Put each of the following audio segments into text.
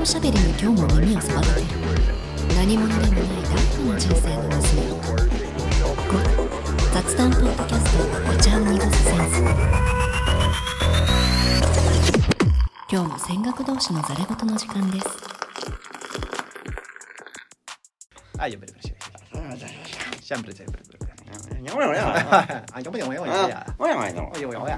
おしゃべりに今日も耳を澄ませて何者でもない第二の人生の娘を雑談ポッドキャストお茶を濁すセンス今日も戦学同士のざれ言の時間です Ah, yo, pero, pero, pero, pero, siempre, siempre, pero, pero. あ、やばいやばいやばいやばいやおいおいおいや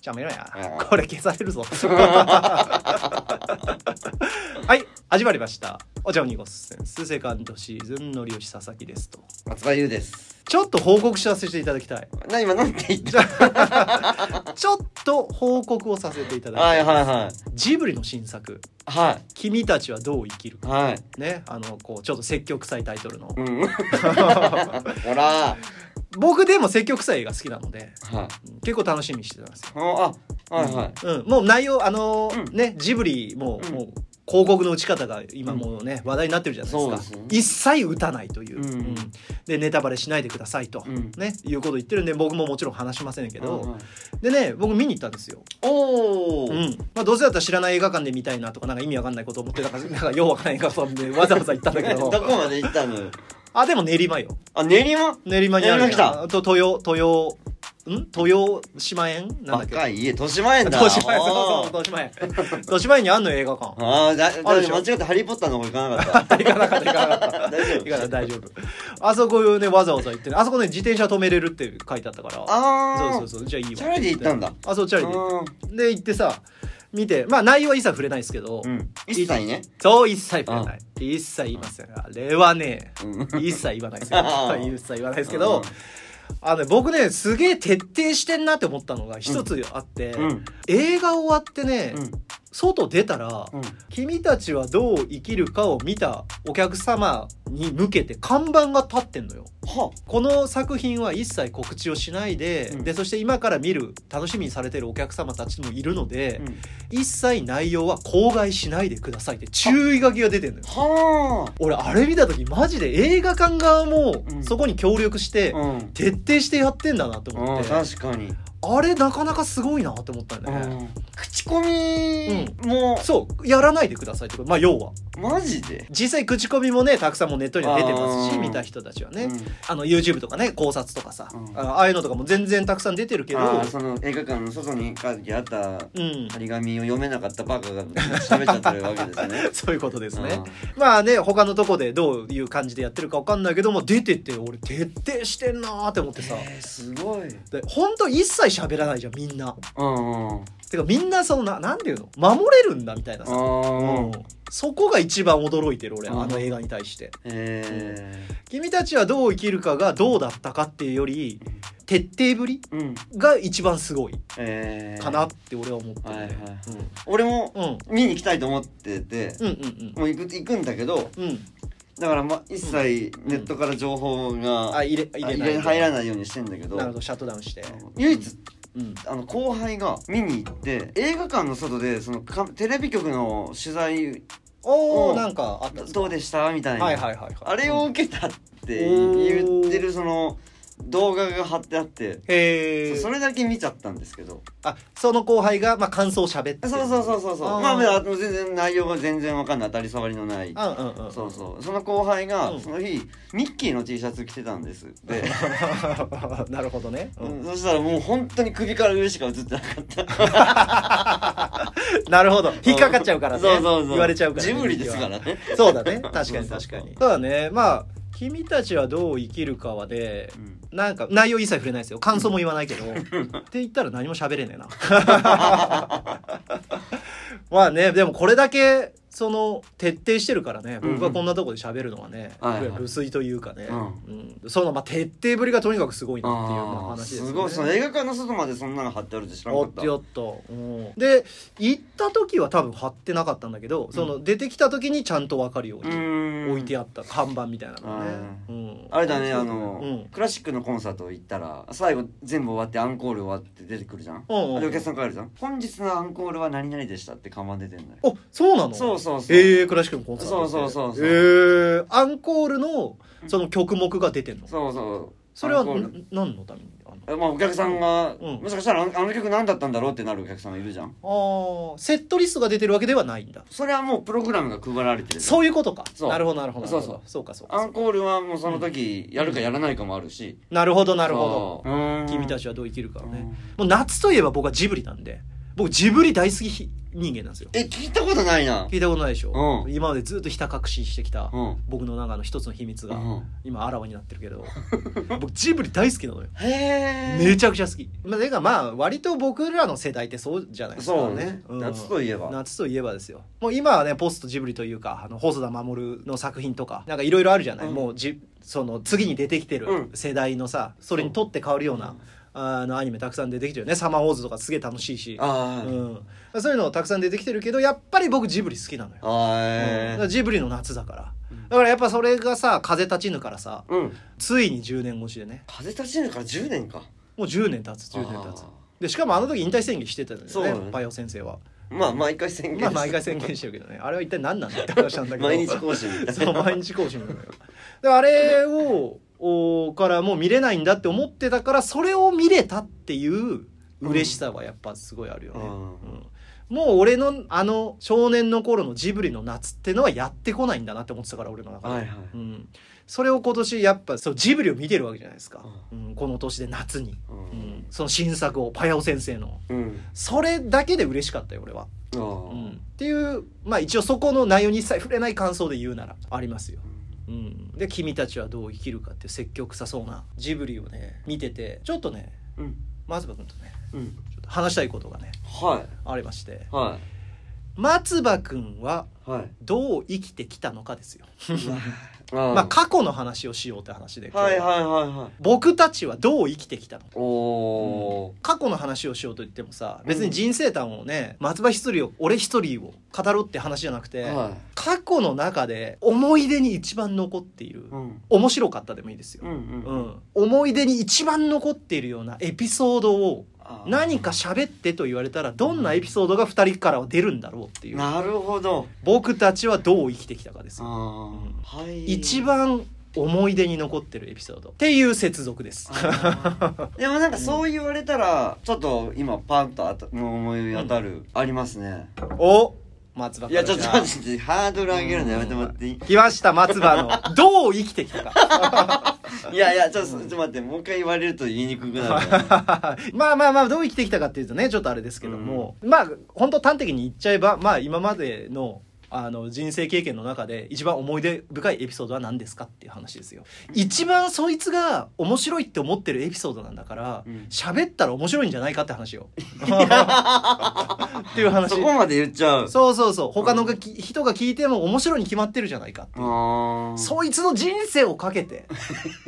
じゃあもういろやうんこれ消される ぞはい始まりましたお茶を濁すセンスセカンドシーズンのりよし佐々木ですと松葉優です。ちょっと報告させていただきたいな、今なんて言っじゃあちょっと報告をさせていただきたたはいいはいはジブリの新作い。は「君たちはどう生きるい。かはい。」ねあのこうちょっと積極臭いタイトル のうん。ほら。は僕でも積極臭い映画好きなのでい。うん結構楽しみにしてたんですよあ、はいはい。うん、もう内容あのーうんねジブリも,、うんもう広告の打ち方が今もうね、話題になってるじゃないですかそうですね一切打たないという、うんでネタバレしないでくださいと、うんね、いうこと言ってるんで僕ももちろん話しませんけど、うんうんでね僕見に行ったんですよ、おうー。んまあ、どうせだったら知らない映画館で見たいなとかなんか意味わかんないこと思って たからなんかようわかんない映画館でわざわざ行ったんだけどこどまで行ったのよ。あでも練馬よあ、練馬練馬にある練馬来たあと豊豊ん豊島園なんだばっけかい家、豊島園だ。豊島園そうあそうそう豊島 園豊島園にあんのよ映画館あー、だ、あるだでしょ間違ってハリーポッターの方行かなかった。行かなかった行かなかった 大丈行か夫。ない大丈夫あそこをねわざわざ行ってねあそこね自転車止めれるって書いてあったからあーそうそうそうじゃあいいわチャリで行ったんだあそうチャリで行っうんてで行ってさ見てまあ内容は一切触れないですけど、うん。一切ね。そう一切触れない一切言いませんあれはねうん一切言わない ですようん一切言わないですけうどんあのね僕ねすげえ徹底してんなって思ったのが一つあって、うん。映画終わってね、うん。外出たら、うん。君たちはどう生きるかを見たお客様に向けて看板が立ってんのよはこの作品は一切告知をしないで,、うんでそして今から見る楽しみにされてるお客様たちもいるので、うん一切内容は口外しないでくださいって注意書きが出てんのよは俺あれ見た時マジで映画館側もうんそこに協力して、あ。うん。徹底してやってんだなと思うっん、て、確かに。あれなかなかすごいなって思ったんだよね、口コミも、そうやらないでくださいってことまあ要はマジで、実際口コミもねたくさんもうネットには出てますしあー見た人たちはね、うんあの YouTube とかね考察とかさ、うんあのああいうのとかも全然たくさん出てるけどあーその映画館の外に書いてあったうん。張り紙を読めなかったバカが喋っちゃってるわけですね そういうことですねあ、まあね他のとこでどういう感じでやってるか分かんないけども出てて俺徹底してんなーって思ってさーえー、すごい。でほんと一切喋らないじゃんみんなうんうん。てかみんなそのななんていうの守れるんだみたいなさ、あうんあ。そこが一番驚いてる俺うんあの映画に対してえ君たちはどう生きるかがどうだったかっていうより徹底ぶりー。うん。が一番すごいえー。かな。って俺は思ってる、はいはいはいうん俺もうん見に行きたいと思ってて、うんうんもう行く行くんだけど、うんうんだからまあ一切ネットから情報が、あ入れ入れない入らないようにしてんだけどな、るほどシャットダウンして唯一うんあの後輩が見に行って映画館の外でそのかテレビ局の取材おうおんなんかあったんですかどうでしたみたいな、はいはいはいはいあれを受けたってうん言ってるその動画が貼ってあって、へえそそれだけ見ちゃったんですけどあその後輩がまあ感想を喋ってそうそうそうそうそうあーまあまああの全然内容が全然わかんない当たり障りのないうんうんうんそうそうその後輩が、うんその日ミッキーの T シャツ着てたんですで、 なるほどね、うんうん そしたらもう本当に首から上しか映ってなかったなるほど引っかかっちゃうからねそうそうそう言われちゃうからね、ジブリですからねそうだね確かそうにそう確そかうにそうだねまあ君たちはどう生きるかはでうんなんか内容一切触れないですよ感想も言わないけどって言ったら何も喋れねえな まあねでもこれだけその徹底してるからね僕がこんなとこで喋るのはね、うんはいはい留守というかね、ううんそのまあ徹底ぶりがとにかくすごいなっていうまああー話ですすよねごいその映画館の外までそんなの貼ってあるって知らなおかっったとよっと、うんで行った時は多分貼ってなかったんだけどその出てきた時にちゃんと分かるよううにーん置いてあった看板みたいなのね、うんあれだねあの、うんクラシックのコンサート行ったら最後全部終わってアンコール終わって出てくるじゃん、うんうんあれお客さん帰るじゃん本日のアンコールは何々でしたって看板出てんのよおそうなのそうそうそうええー、倉敷君コンサートそうそうそうそうええー、アンコールのその曲目が出てんのそうそうそれはアンコールん何のためにあんのえまあお客さんが、うんもしかしたらあのあの曲何だったんだろうってなるお客さんがいるじゃんああセットリストが出てるわけではないんだそれはもうプログラムが配られてるそういうことかそうなるほどなるほどなるほどそうそうそうかそうかアそうンかコールはもうその時やるかやらないかもあるし、なるほどなるほそううんど君たちはどう生きるかをねうもんう夏といえば僕はジブリなんで僕ジブリ大好きひ人間なんですよえ聞いたことないな聞いたことないでしょうん今までずっとひた隠ししてきたうん僕の中の一つの秘密がうん今あらわになってるけど僕ジブリ大好きなのよへえめちゃくちゃ好き。まあ、てかまあ、割と僕らの世代ってそうじゃないですか。そうね夏といえば夏といえばですよ。もう今はね、ポストジブリというか、あの、細田守の作品とか、なんかいろいろあるじゃない、うんもうじ、その、次に出てきてるうん世代のさ、それにとって変わるような、あの、アニメたくさん出てきてるよね。サマーウォーズとかすげえ楽しいし。あー、うん。そういうのたくさん出てきてるけど、やっぱり僕ジブリ好きなのよ。あうんだーからえジブリの夏だから。だからやっぱそれがさ、風立ちぬからさ、ーうんついに10年越しでね。風立ちぬから10年かもう10年経つ10年経つあでしかもあの時引退宣言してたんだそうよだねねパヨ先生はーまあ毎回宣言まあ毎回宣言してるけどねあれは一体何なんだって話なんだけど毎日 更新みたいなそう毎日更新なのよであれをおからもう見れないんだって思ってたからそれを見れたっていう嬉しさはやっぱすごいあるよね、ううんんもう俺のあの少年の頃のジブリの夏ってのはやってこないんだなって思ってたから俺の中で、はいはいうん、それを今年やっぱそうジブリを見てるわけじゃないですか、うん、この年で夏に、ううんん、その新作をパヤオ先生のうんそれだけで嬉しかったよ俺は、あうーん、っていうまあ一応そこの内容に一切触れない感想で言うならありますよ、うん、で「君たちはどう生きるか」っていう積極さそうなジブリをね見ててちょっとねうん松葉君とねうんちょっと話したいことがねはありましていは松葉君はいはいどう生きてきたのかですよままあ過去の話をしようって話で、はいはいはいはい僕たちはどう生きてきたのかおお過去の話をしようと言ってもさ別に人生観をね、松葉一人を俺一人を語ろうって話じゃなくて、ーは過去の中で思い出に一番残っている、いうん面白かったでもいいですうよ、んううんん思い出に一番残っているようなエピソードをあー何か喋ってと言われたらどんなエピソードが2人からは出るんだろうっていうなるほど僕たちはどう生きてきたかですよあーはい一番思い出に残ってるエピソードっていう接続ですあーでもなんかそう言われたらちょっと今パンとあた思い当たる、ありますね お松葉いからやちょっとじゃちあょっとちょっとハードル上げるのやめてもらっていい来ました松葉のどう生きてきた いやいやちょっとちょっと待ってもう一回言われると言いにくくなるからか まあまあまあどう生きてきたかっていうとねちょっとあれですけども、まあ本当端的に言っちゃえばまあ今までのあの人生経験の中で一番思い出深いエピソードは何ですかっていう話ですよ一番そいつが面白いって思ってるエピソードなんだからうん喋、ったら面白いんじゃないかって話 よっていう話そこまで言っちゃうそうそうそう他のがき人が聞いても面白いに決まってるじゃないかっていうああそいつの人生をかけて、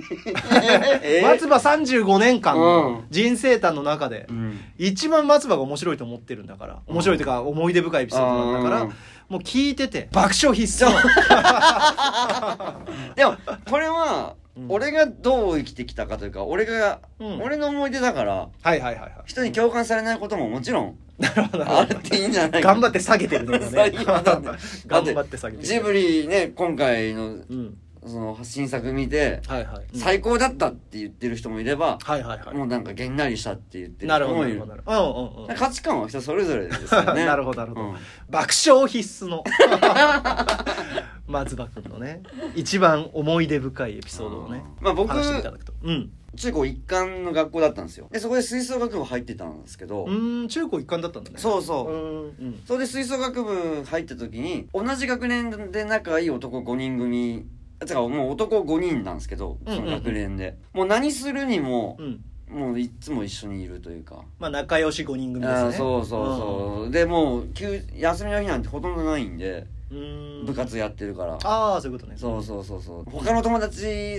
え松葉35年間うのん人生観の中でう、ん一番松葉が面白いと思ってるんだから、面白いというか思い出深いエピソードなんだから、うんもう聞いてて、爆笑必須の。 でもこれはうん俺がどう生きてきたかというか俺が、うん俺の思い出だからはいはいはいはい。人に共感されないことももちろんなるほど。あっていいんじゃないか 頑張って下げてるのがね。頑頑張って下げてる。ジブリね今回うのん。その新作見てはいはい。うん最高だったって言ってる人もいれば、はいはいはもうなんかげんなりしたって言ってい。るな人るほどもないるるほど。なるほどうんうんうん。価値観は人それぞれですよね なるほどなるほどうん爆笑必須の 松葉君のね一番思い出深いエピソードをねまあ僕話していただくとうん中高一貫の学校だったんですよでそこで吹奏楽部入ってたんですけど、うーん中高一貫だったんだねそううそう、ーんそれで吹奏楽部入った時に同じ学年で仲いい男5人組あてかもう男5人なんですけどその学年で、もう何するにもうん、う、ん、もういっつも一緒にいるというかまあ仲良し五人組ですあねーそうそうそう、でもう休休みの日なんてほとんどないんでうんうーん部活やってるから、ああそういうことねそうそうそうそう他の友達誘う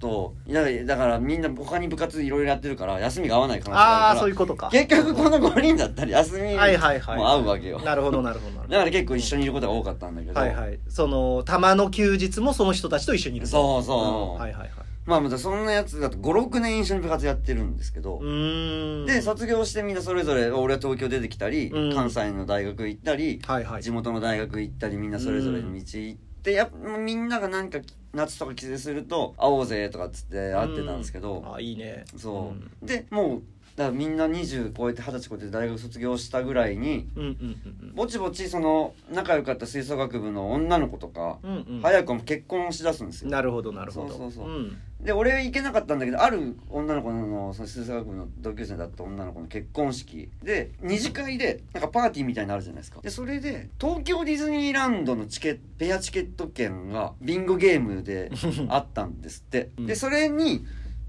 といやだからみんな他に部活いろいろやってるから休みが合わない可能性があああるそうかいうことから結局この5人だったり休みもはい合はいはいうわけよだなるほどなるほどなるほどから結構一緒にいることが多かったんだけど、はいはいそのたまの休日もその人たちと一緒にいるそうそううんはいはいはいまあまたそんなやつだと56年一緒に部活やってるんですけど、うーんで卒業してみんなそれぞれ俺は東京出てきたり、うん関西の大学行ったり、はいはい地元の大学行ったりみんなそれぞれの道行ってやっぱみんなが何かきっ夏とか帰省すると会おうぜとかっつって会ってたんですけど、あいいねそううん、でもうだからみんな20超えて二十歳超えて大学卒業したぐらいにうんうんぼちぼちその仲良かった吹奏楽部の女の子とか、うんうんうん早くも結婚をしだすんですよなるほどなるほどそうそうそうんで俺行けなかったんだけどある女の子のその吹奏楽部の同級生だった女の子の結婚式で二次会でなんかパーティーみたいになのあるじゃないですかでそれで東京ディズニーランドのチケットペアチケット券がビンゴゲーム であったんですってうんでそれに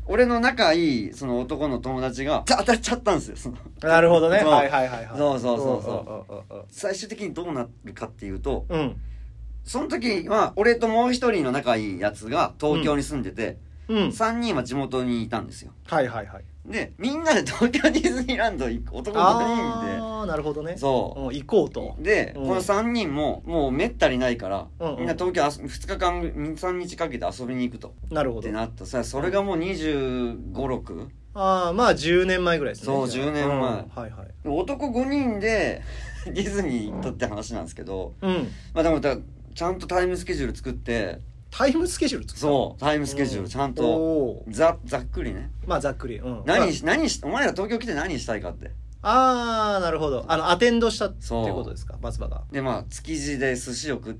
俺の仲いいその男の友達がた当たっちゃったんですよそのなるほどねそうはいはいはいはいそうそうそうそうそ最終的にどうなるかっていうとうんうんその時は俺ともう一人の仲いいやつが東京に住んでて、うんうん3人は地元にいたんですよはいはいはいでみんなで 東京ディズニーランド行く男5人ああなるほどねでそううん行こうとで、うんこの3人ももうめったにないから、うんうんみんな東京2日間23日かけて遊びに行くとなるほっどてなったさそれがもう2 5 6ああまあ10年前ぐらいですねそうじゃあ10年前んはいはい男5人で ディズニー行ったって話なんですけど、うんまあでもだちゃんとタイムスケジュール作ってタイムスケジュール作そうタイムスケジューうんルちゃんおと、おざざっくりねまあざっくりうん何し何しお前ら東京来て何したいかってああなるほどあのアテンドしたっていうことですか松葉がでまあ築地で寿司を食っ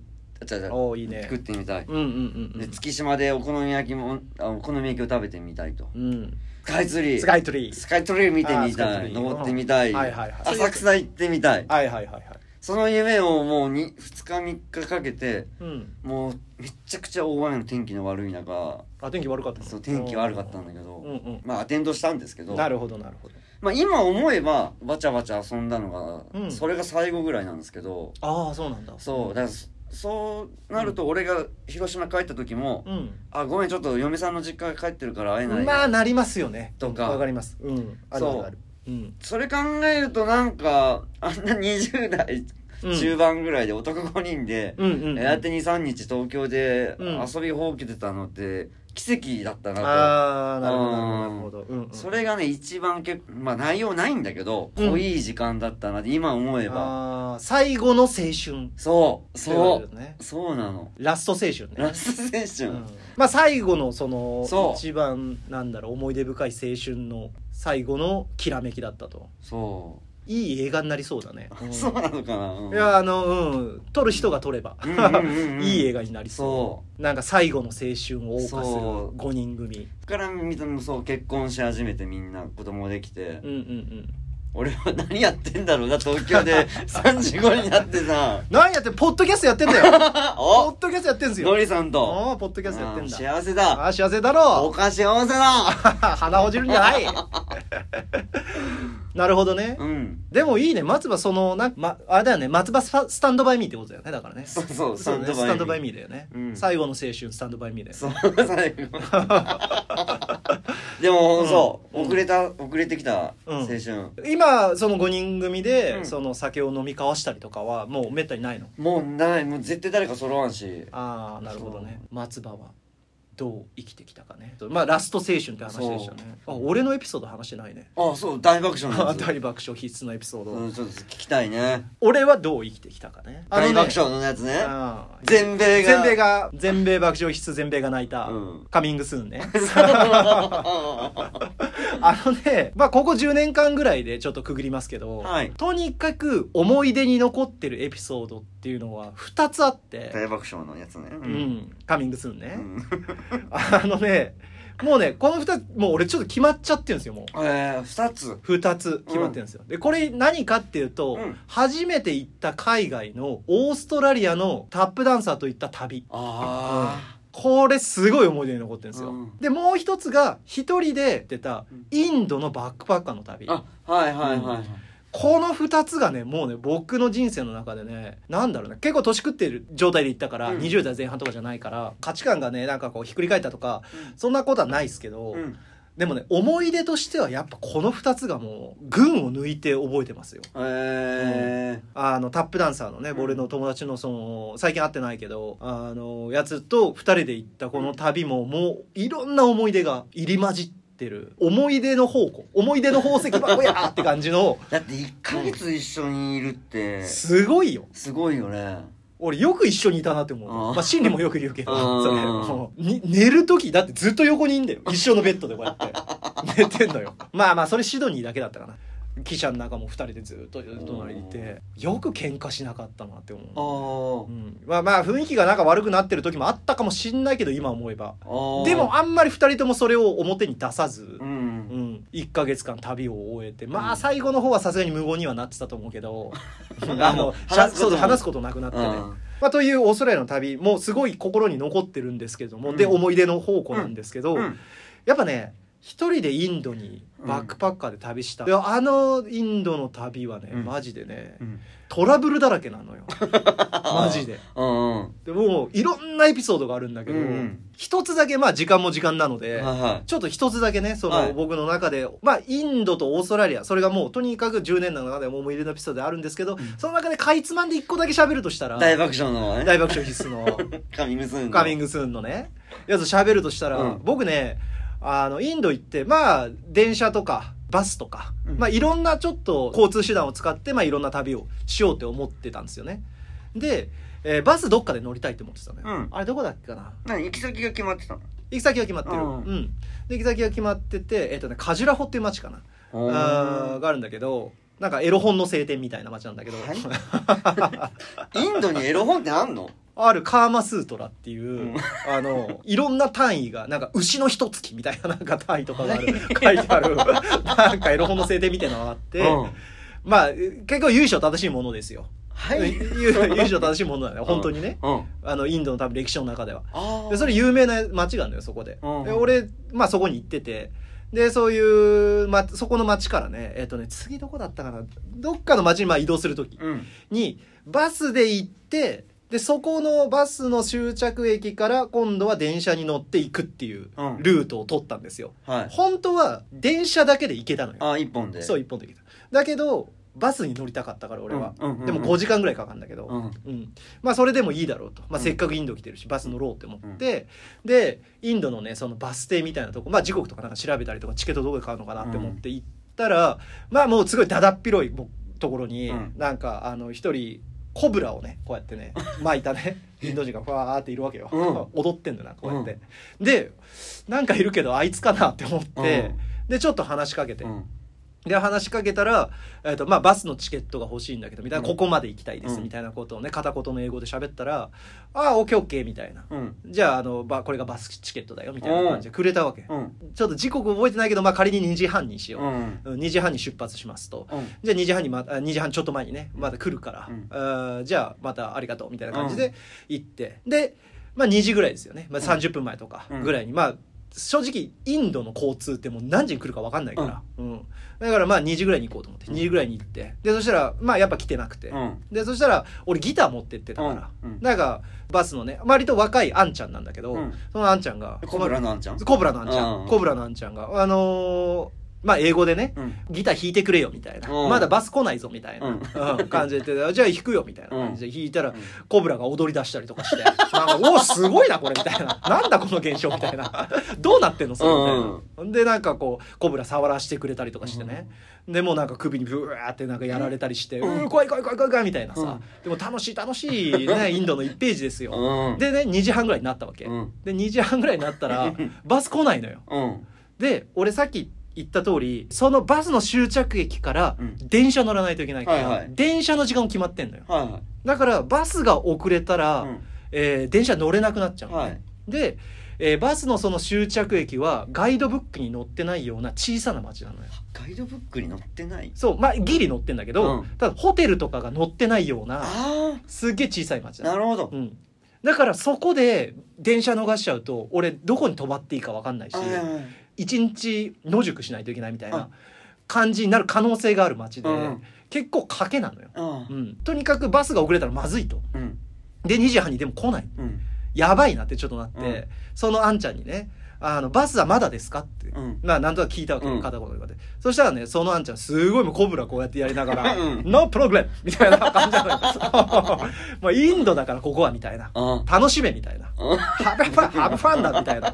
ちゃじゃおおいいね食ってみたいうんうんうんうでん月島でお好み焼きもあお好み焼きを食べてみたいとうんスカイツリースカイトリースカイツリー見てあーみスカイツたリいー登ってみたい,、うんはいはいはい浅草行ってみたいはいはいはいはいその夢をもう 2, 日3日かけてうんもうめちゃくちゃ大雨の天気の悪い中あ天気悪かったそう天気悪かったんだけど、うんうんまあアテンドしたんですけどなるほどなるほどまあ、今思えばバチャバチャ遊んだのが、うんそれが最後ぐらいなんですけどああそうなんだそうだからそそうなると俺が広島帰った時も「うんあごめんちょっと嫁さんの実家帰ってるから会えないよ」まあなりますよねとかわかりますうんあるあるあるうんそれ考えるとなんかあんな20代うん中盤ぐらいで男5人で、うんうんうんやって23日東京でうん遊び放棄てたのって奇跡だったなと。ああなるほどなるほどうんうんそれがね一番結構まあ内容ないんだけどうん濃い時間だったなって今思えば、あー最後の青春そうといそことですねうそうなのラスト青春ねラスト選手、うんまあ最後のそのそう一番なんだろう思い出深い青春の最後のきらめきだったとそいい映画になりそうだ ね、う、うんそうなのかな、ういんやあのうん撮る人が撮れば、うんうんうん うんいい映画になりそそうなんか最後の青春を謳歌するそう5人組うから見てもそう結婚し始めてみんな子供できてうんうんうん俺は何やってんだろうな東 京で35になってさ何やってポッドキャストやってんだよ ポおッドキャストやってんすよのりさんとああポッドキャストやってんだ幸せだああ幸せだろおか幸せだ 鼻ほじるんじゃない なるほどね、うんでもいいね松葉そのなんか、ま、あれだよね松葉スパスタンドバイミーってことだよねだからねそうそうそうねススタタンンドドババイイミーミだよね、うん最後の青春スタンドバイミーだよねそう最後 でも、うんそううん遅れた遅れてきたうん青春、今その5人組で、うんその酒を飲み交わしたりとかはもうめったにないのもうないもう絶対誰か揃わんしああなるほどね松葉はどう生きてきたかねまあラスト青春って話でしたねあ俺のエピソード話してないねあそう大爆 笑のやつ大爆笑必須のエピソード、うんちょっと聞きたいね俺はどう生きてきたかねあのね大爆笑のやつねあー全米が全米が全米爆笑必須全米が泣いた、うんカミングスーンね はあのね、まあ、ここ10年間ぐらいでちょっとくぐりますけど、はいとにかく思い出に残ってるエピソードっていうのは2つあって、大爆笑のやつねううんカミングスーンね、うんあのねもうねこの2つもう俺ちょっと決まっちゃってるんですよもう。えー、2つ2つ決まってるんですよ、でこれ何かっていうと、うん初めて行った海外のオーストラリアのタップダンサーと行った旅あこれすごい思い出に残ってるんですよ、うんでもう一つが一人で出たインドのバックパッカーの旅ーあはいはいはい、この2つがねもうね僕の人生の中でねなんだろうね結構年食ってる状態で行ったから、うん20代前半とかじゃないから価値観がねなんかこうひっくり返ったとか、うそんなことはないですけど、うんでもね思い出としてはやっぱこの2つがもう群を抜いて覚えてますよ。えあのタップダンサーのね、うん俺の友達のその最近会ってないけどあのやつと2人で行ったこの旅ももういろんな思い出が入り混じってる思い出の宝庫思い出の宝石箱やーって 感じのー、だって1ヶ月一緒にいるってすごいよすごいよね俺よく一緒にいたなって思う。あーまあ、心理もよく言うけあど、ーそれ。もうに寝る時だってずっと横にいんだよ。一緒のベッドでこうや って。寝てんのよ。まあまあ、それシドニーだけだったかな。汽車の中も二人でずっと隣にいて、よく喧嘩しなかったなって思う。あうん、まあまあ雰囲気がなんか悪くなってる時もあったかもしんないけど今思えばあでもあんまり2人ともそれを表に出さずう、うんん、1か月間旅を終えてまうんあ最後の方はさすがに無言にはなってたと思うけどうん あのしゃ話すことそうも話すことなくなってね、うんまあ、というオーストラリアの旅もすごい心に残ってるんですけども、うんで思い出の宝庫なんですけど、うんやっぱね一人でインドにバックパッカーで旅した、であのインドの旅はね、うんマジでねうんトラブルだらけな のよマジで。うんうんでもういろんなエピソードがあるんだけど、うんうん一つだけまあ時間も時間なので、はいはいちょっと一つだけねそはいの僕の中で、まあインドとオーストラリアそれがもうとにかく10年の中でも思い出のエピソードであるんですけど、その中でかいつまんで一個だけ喋るとしたら大爆笑のね大爆笑必須のカミングスーンのカミングスーンのねやつ喋るとしたら、うん僕ねあのインド行ってまあ電車とかバスとか、うんまあ、いろんなちょっと交通手段を使って、まあ、いろんな旅をしようって思ってたんですよねで、えーバスどっかで乗りたいって思ってたのよ、うんあれどこだっけかな何行き先が決まってたの行き先は決まってる、うんうんで行き先が決まっててえっ、とねカジュラホっていう街かなあーがあるんだけどなんかエロ本の聖典みたいな街なんだけど、はい インドにエロ本ってあんのあるカーマスートラっていう、うんあの、いろんな単位が、なんか牛の一月みたいななん か単位とかがある、書いてある、なんかエロ本の制定みたいなのがあって、うんまあ、結構由緒正しいものですよ。はい由 由緒正しいものだね、本当にね。うんあの、インドの多分歴史の中では。あでそれ有名な町があるのよそこで,、うんで俺、まあ、そこに行っててでそういう、ま、そこの町からねえっ、とね次どこだったかなどっかの町にまあ移動する時うんにバスで行ってでそこのバスの終着駅から今度は電車に乗っていくっていううんルートを取ったんですよ、はい本当は電車だけで行けたのよあ一本でそうう一本で行けただけどバスに乗りたかったから俺は、うんうんうんうんでも5時間ぐらいかかるんだけど、ううんん、まあそれでもいいだろうと、まあ、うんせっかくインド来てるしバス乗ろうって思って、でインドのねそのバス停みたいなとこ、まあ、時刻とかなんか調べたりとかチケットどこで買うのかなって思って行ったら、まあもうすごいだだっ広いもところに、うんなんかあの一人コブラをねこうや ってね巻いたねインド人がファーっているわけよ、う踊ってんだなこうやって、でなんかいるけどあいつかなって思って、でちょっと話しかけて、うんで話しかけたら、えーとまあ、バスのチケットが欲しいんだけどみたいな、うんここまで行きたいです、うんみたいなことをね片言の英語で喋ったら「ああオッケーオッケー」みたいなうん「じゃああのばこれがバスチケットだよ」みたいな感じでくれたわけ、うんちょっと時刻覚えてないけど、まあ、仮に2時半にしようう、んうん2時半に出発しますと。うんじゃあ2時半にまあ2時半ちょっと前にねまだ来るから、うんあーじゃあまたありがとうみたいな感じで行って、で、まあ、2時ぐらいですよね、まあ、30分前とかぐらいに、まあ正直インドの交通ってもう何時に来るか分かんないから、うんだからまあ2時ぐらいに行こうと思って、うん2時ぐらいに行ってでそしたらまあやっぱ来てなくて、うんでそしたら俺ギター持ってってたから、うんうんなんかバスのね割と若いあんちゃんなんだけど、うんそのあんちゃんがコブラのあんちゃんコブラのあんちゃん、うんコブラのあんちゃんがあのーまあ英語でね、うんギター弾いてくれよみたいな、うんまだバス来ないぞみたいな、うんうん感じで言ってじゃあ弾くよみたいな感じで弾いたら、んコブラが踊り出したりとかしてなんかおおすごいなこれみたいななんだこの現象みたいなどうなってんのそれみたいな。でなんかこうコブラ触らしてくれたりとかしてね、でもうなんか首にブワーってなんかやられたりして「うんうん怖い怖い怖い怖い怖い」みたいなさ、うんでも楽しい楽しい ねインドの1ページですよ、うんでね2時半ぐらいになったわけ、うんで2時半ぐらいになった らバス来ないのようんで俺さっき言った通りそのバスの終着駅からうん電車乗らないといけないから、はいはい電車の時間も決まってんのよはいはいだからバスが遅れたら、えー電車乗れなくなっちゃうのね、はいで、えーバスのその終着駅はガイドブックに載ってないような小さな町なのよガイドブックに載ってないそうまあギリ載ってんだけど、うんただホテルとかが載ってないようなあすっげえ小さい町あななのるほどうん、だからそこで電車逃しちゃうと俺どこに泊まっていいか分かんないし、はいはいはい一日野宿しないといけないみたいあな感じになる可能性がある街で、うん結構賭けなのよ、あうん、とにかくバスが遅れたらまずいとあうんで2時半にでも来ないうんやばいなってちょっとなって、うんそのあんちゃんにね「あのバスはまだですか?」って、うんまあなんとなく聞いたわけうよん片言とかで、そしたらねそのあんちゃんすごいもうコブラこうやってやりながらう「ん ノープログレム」みたいな感じなのよ まあインドだからここはみたいなあ楽しめみたいなあハブファン、ハブファンだみたいな。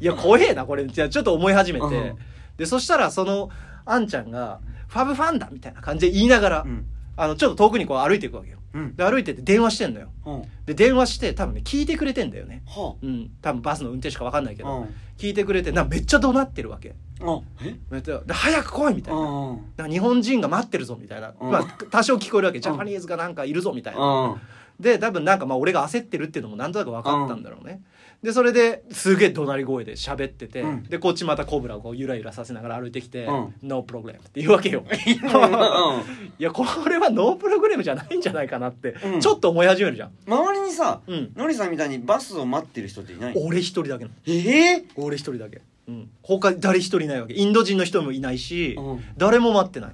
いや、怖えな、これ。じゃあちょっと思い始めうてん。で、そしたら、その、あんちゃんが、ファブファンだみたいな感じで言いながらう、んあのちょっと遠くにこう歩いていくわけようんで歩いてて電話してんのようんはで電話して多分ね聞いてくれてんだよねあうん多分バスの運転手か分かんないけど、うん聞いてくれてなんかめっちゃ怒鳴ってるわけあえめっちゃで早く来いみたいなうんうんなんか日本人が待ってるぞみたいな、うんまあ多少聞こえるわけジャうんパニーズがなんかいるぞみ たいな、うんで多分なんかまあ俺が焦ってるっていうのもなんとなく分かったんだろうね、でそれですげえ怒鳴り声で喋ってて、うんでこっちまたコブラをこうゆらゆらさせながら歩いてきて「うん No problem」って言うわけよ いやこれはノープログラムじゃないんじゃないかなって、うんちょっと思い始めるじゃん、周りにさうん、のりさんみたいにバスを待ってる人っていない俺一人だけなのええ俺一人だけ、うん、他誰一人いないわけインド人の人もいないし、うん誰も待ってない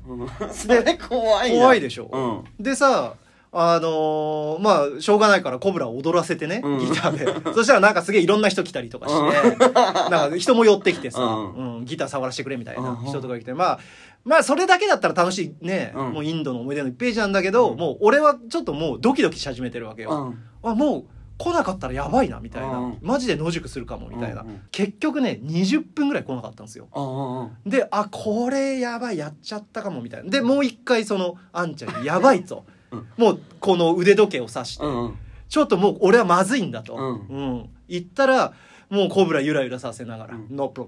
それ怖いな怖いでしょうんでさあのーまあしょうがないからコブラを踊らせてね、うんギターで そしたらなんかすげえいろんな人来たりとかして、 なんか人も寄ってきてさ、うんうんギター触らせてくれみたいなうん人とか来て、まあまあそれだけだったら楽しいね、うんもうインドの思い出の一ページなんだけど、うんもう俺はちょっともうドキドキし始めてるわけうよ、んあもう来なかったらやばいなみたいな、うんマジで野宿するかもみたいな、うんうん結局ね20分ぐらい来なかったんですようんうんであこれやばいやっちゃったかもみたいなでもう一回そのあんちゃんに「やばいぞ」 うんもうこの腕時計を刺して、うんうんちょっともう俺はまずいんだと、ううん言ったらもうコブラゆらゆらさせながら「うん No problem」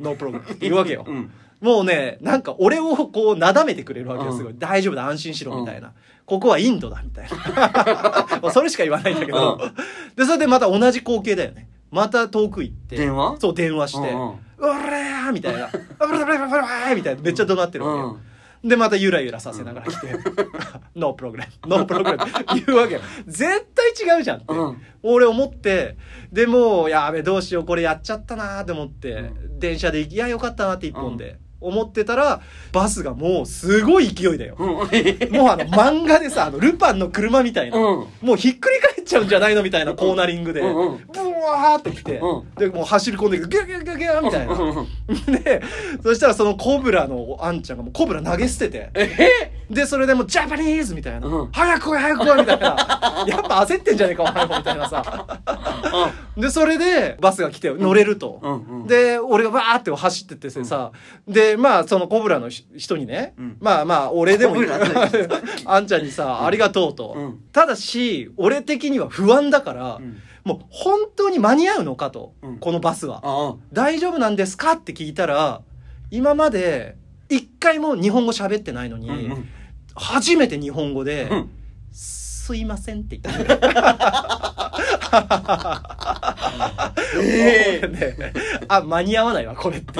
ノープロブレムって言うわけよ、 うんもうねなんか俺をこうなだめてくれるわけようんすごい、大丈夫だ安心しろみたいな、ここはインドだみた いなもうそれしか言わないんだけど、でそれでまた同じ光景だよねまた遠く行って電話そう電話して「うんうんうれーみたいな、ブラブラブラブラーみたいな、めっちゃ怒鳴ってるわけよ。で、またゆらゆらさせながら来 て、ノープログラム、ノープログラムって言うわけよ。絶対違うじゃんって。うん俺思って、でもう、やべ、どうしよう、これやっちゃったなーって思って、う電車で行き、いや、よかったなって一本で、思ってたら、バスがもうすごい勢いだよ。うんうんえもうあの漫画でさ、あのルパンの車みたいな、うんもうひっくり返っちゃうんじゃないのみたいなコーナリングで、うんうんブワーって来て、うんで、もう走り込んでいく、ギュギュギュギュみたいな。 でそしたらそのコブラのあんちゃんがもうコブラ投げ捨ててでそれでもうジャパニーズみたいな、うん早く来い早く来いみたいな やっぱ焦ってんじゃねえかお前もみたいなさでそれでバスが来て乗れると、うんうんで俺がバーって走ってってさ、でまあそのコブラのひ人にね、うんまあまあ俺でもいいコブラのあんちゃんにさ、ありがとうと、うんただし俺的には不安だから、うんもう本当に間に合うのかと、うんこのバスは。ああ大丈夫なんですかって聞いたら今まで一回も日本語喋ってないのに、うんうん初めて日本語で「うんすいません」って言ったのええ俺ねあ間に合わないわこれって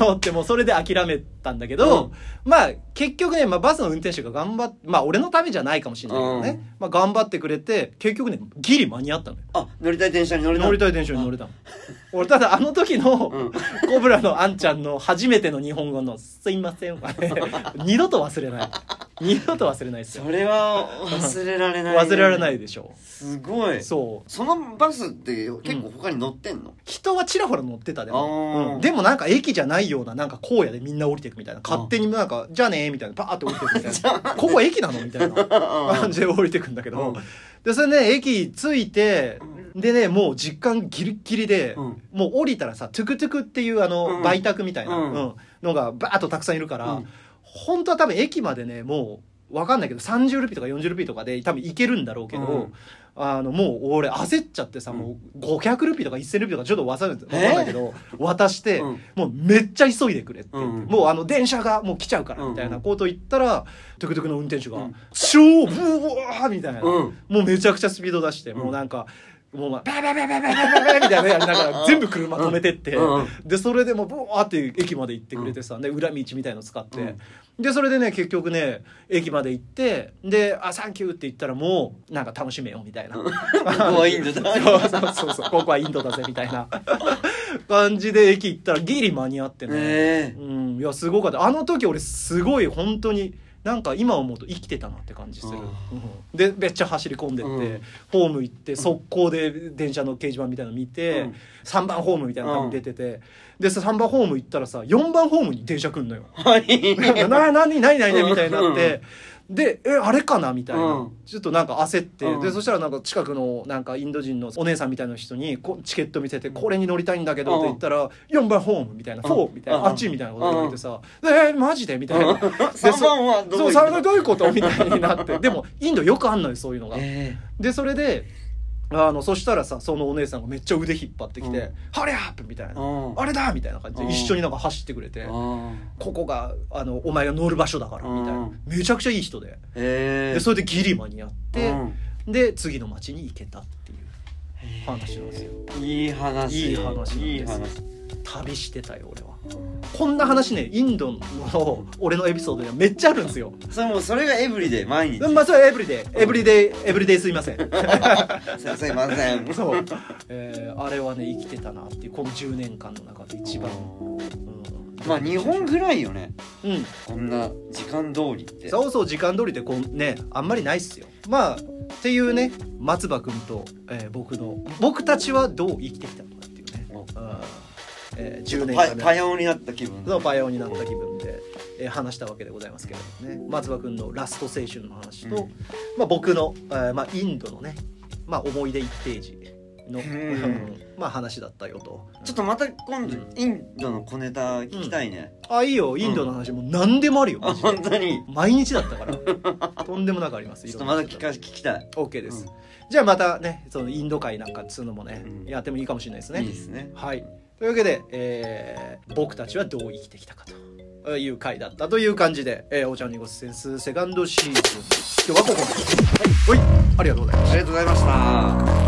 思ってもうそれで諦めたんだけど、まあ結局ね、まあ、バスの運転手が頑張ってまあ俺のためじゃないかもしれないけどね、まあ、頑張ってくれて結局ねギリ間に合ったのよ。あ乗りたい電車に乗れた乗りたい電車に乗れたの俺ただあの時の、うんコブラのあんちゃんの初めての日本語の「すいません」はね二度と忘れない二度と忘れないですよそれは忘れられないね忘れられないでしょすごいうそうそのバスって結構他に乗ってんの人はちらほら乗ってたでも、あーうんでもなんか駅じゃないようななんか荒野でみんな降りてくみたいな勝手になんか「じゃあね」みたいなバーって降りてく みたいな「ここ駅なの?」みたいな感じで降りてくんだけど、うんでそれね駅着いてでねもう実感ギリッギリで、うんもう降りたらさトゥクトゥクっていうあうのん売卓みたいな、うんうんのがバーッとたくさんいるから、うん本当は多分駅までねもう分かんないけど30ルピーとか40ルピーとかで多分行けるんだろうけど。うんあのもう俺焦っちゃってさ、うんもう500ルピーとか1000ルピーとかちょっとわかんないわかえんないけど、渡して、うんもうめっちゃ急いでくれって言って、うんもうあの電車がもう来ちゃうからうんみたいなこと言ったら、トゥクトゥクの運転手が、うん超ブワーみたいな、うんもうめちゃくちゃスピード出して、もうなんか、もうまあ、バーバーバーバーバーバーバーみたいなのやりながら、全部車止めてって、うんうんで、それでもう、ブワーって駅まで行ってくれてさ、で、裏道みたいの使って、で、それでね、結局ね、駅まで行って、で、あ、サンキューって言ったらもう、なんか楽しめよ、みたいな。怖いんだそうそうそうそう、ここはインドだぜ、みたいな感じで駅行ったらギリ間に合ってね。ええうん、いやすごかったあの時俺すごい本当になんか今思うと生きてたなって感じする、うんうんでめっちゃ走り込んでって、うんホーム行って速攻で電車の掲示板みたいなの見て、うん3番ホームみたいなの多分出てて、でさ3番ホーム行ったらさ4番ホームに電車来んのよ。はいなな何何何みたいになって、でえあれかなみたいな、うんちょっとなんか焦って、うんでそしたらなんか近くのなんかインド人のお姉さんみたいな人にこチケット見せて「これに乗りたいんだけど」って言ったら「4番ホーム」みたいな「うんフォー」みたいな「うんあっち」みたいなこと言われてさ「でえーマジで?」みたいな。で3番はそどうういうそれどういうことみたいになってでもインドよくあんのよそういうのが。えでそれであのそしたらさそのお姉さんがめっちゃ腕引っ張ってきてうん「ハリアップ!」みたいえなう「んあれだ!」みたいな感じうでん一緒になんか走ってくれてうん「ここがあのお前が乗る場所だから」みたいうなんめちゃくちゃいい人でええでそれでギリ間に合っうてんで次の町に行けたっていう話なんですよいい話いい話なんですいい話旅してたよ俺はこんな話ねインドの俺のエピソードにはめっちゃあるんですよそれもうそれがエブリデイ毎日、まあそれはエブリデイエブリデイエブリデイすいませんすいませんそう、えーあれはね生きてたなっていうこの10年間の中で一番、うん、まあ日本ぐらいよねうんこんな時間通りってそうそう時間通りでこうねあんまりないっすよまあっていうね松葉くんと、えー僕の僕たちはどう生きてきたのかっていうね、おうんえーち10ょっと年パ間パのヤオになった気分そうパイオになった気分で、えー話したわけでございますけれどもね松葉くんのラスト青春の話と、うんまあ、僕の、えーまあ、インドのね、まあ、思い出1ページの、うんうん まあ、話だったよと。ちょっとまた今度インドの小ネタ聞きたいね、あいいよインドの話もう何でもあるよ、あマジで本当に毎日だったからとんでもなくあります ちょっとまだ聞かい聞きたい、ろんなこと OK です、うんじゃあまたねそのインド会なんかっつうのもね、うんやってもいいかもしれないですねいいですねはいというわけで、えー僕たちはどう生きてきたかという回だったという感じで「えーお茶にごセンスセカンドシーズン今日はここまで、はい、おいありがとうございましたありがとうございました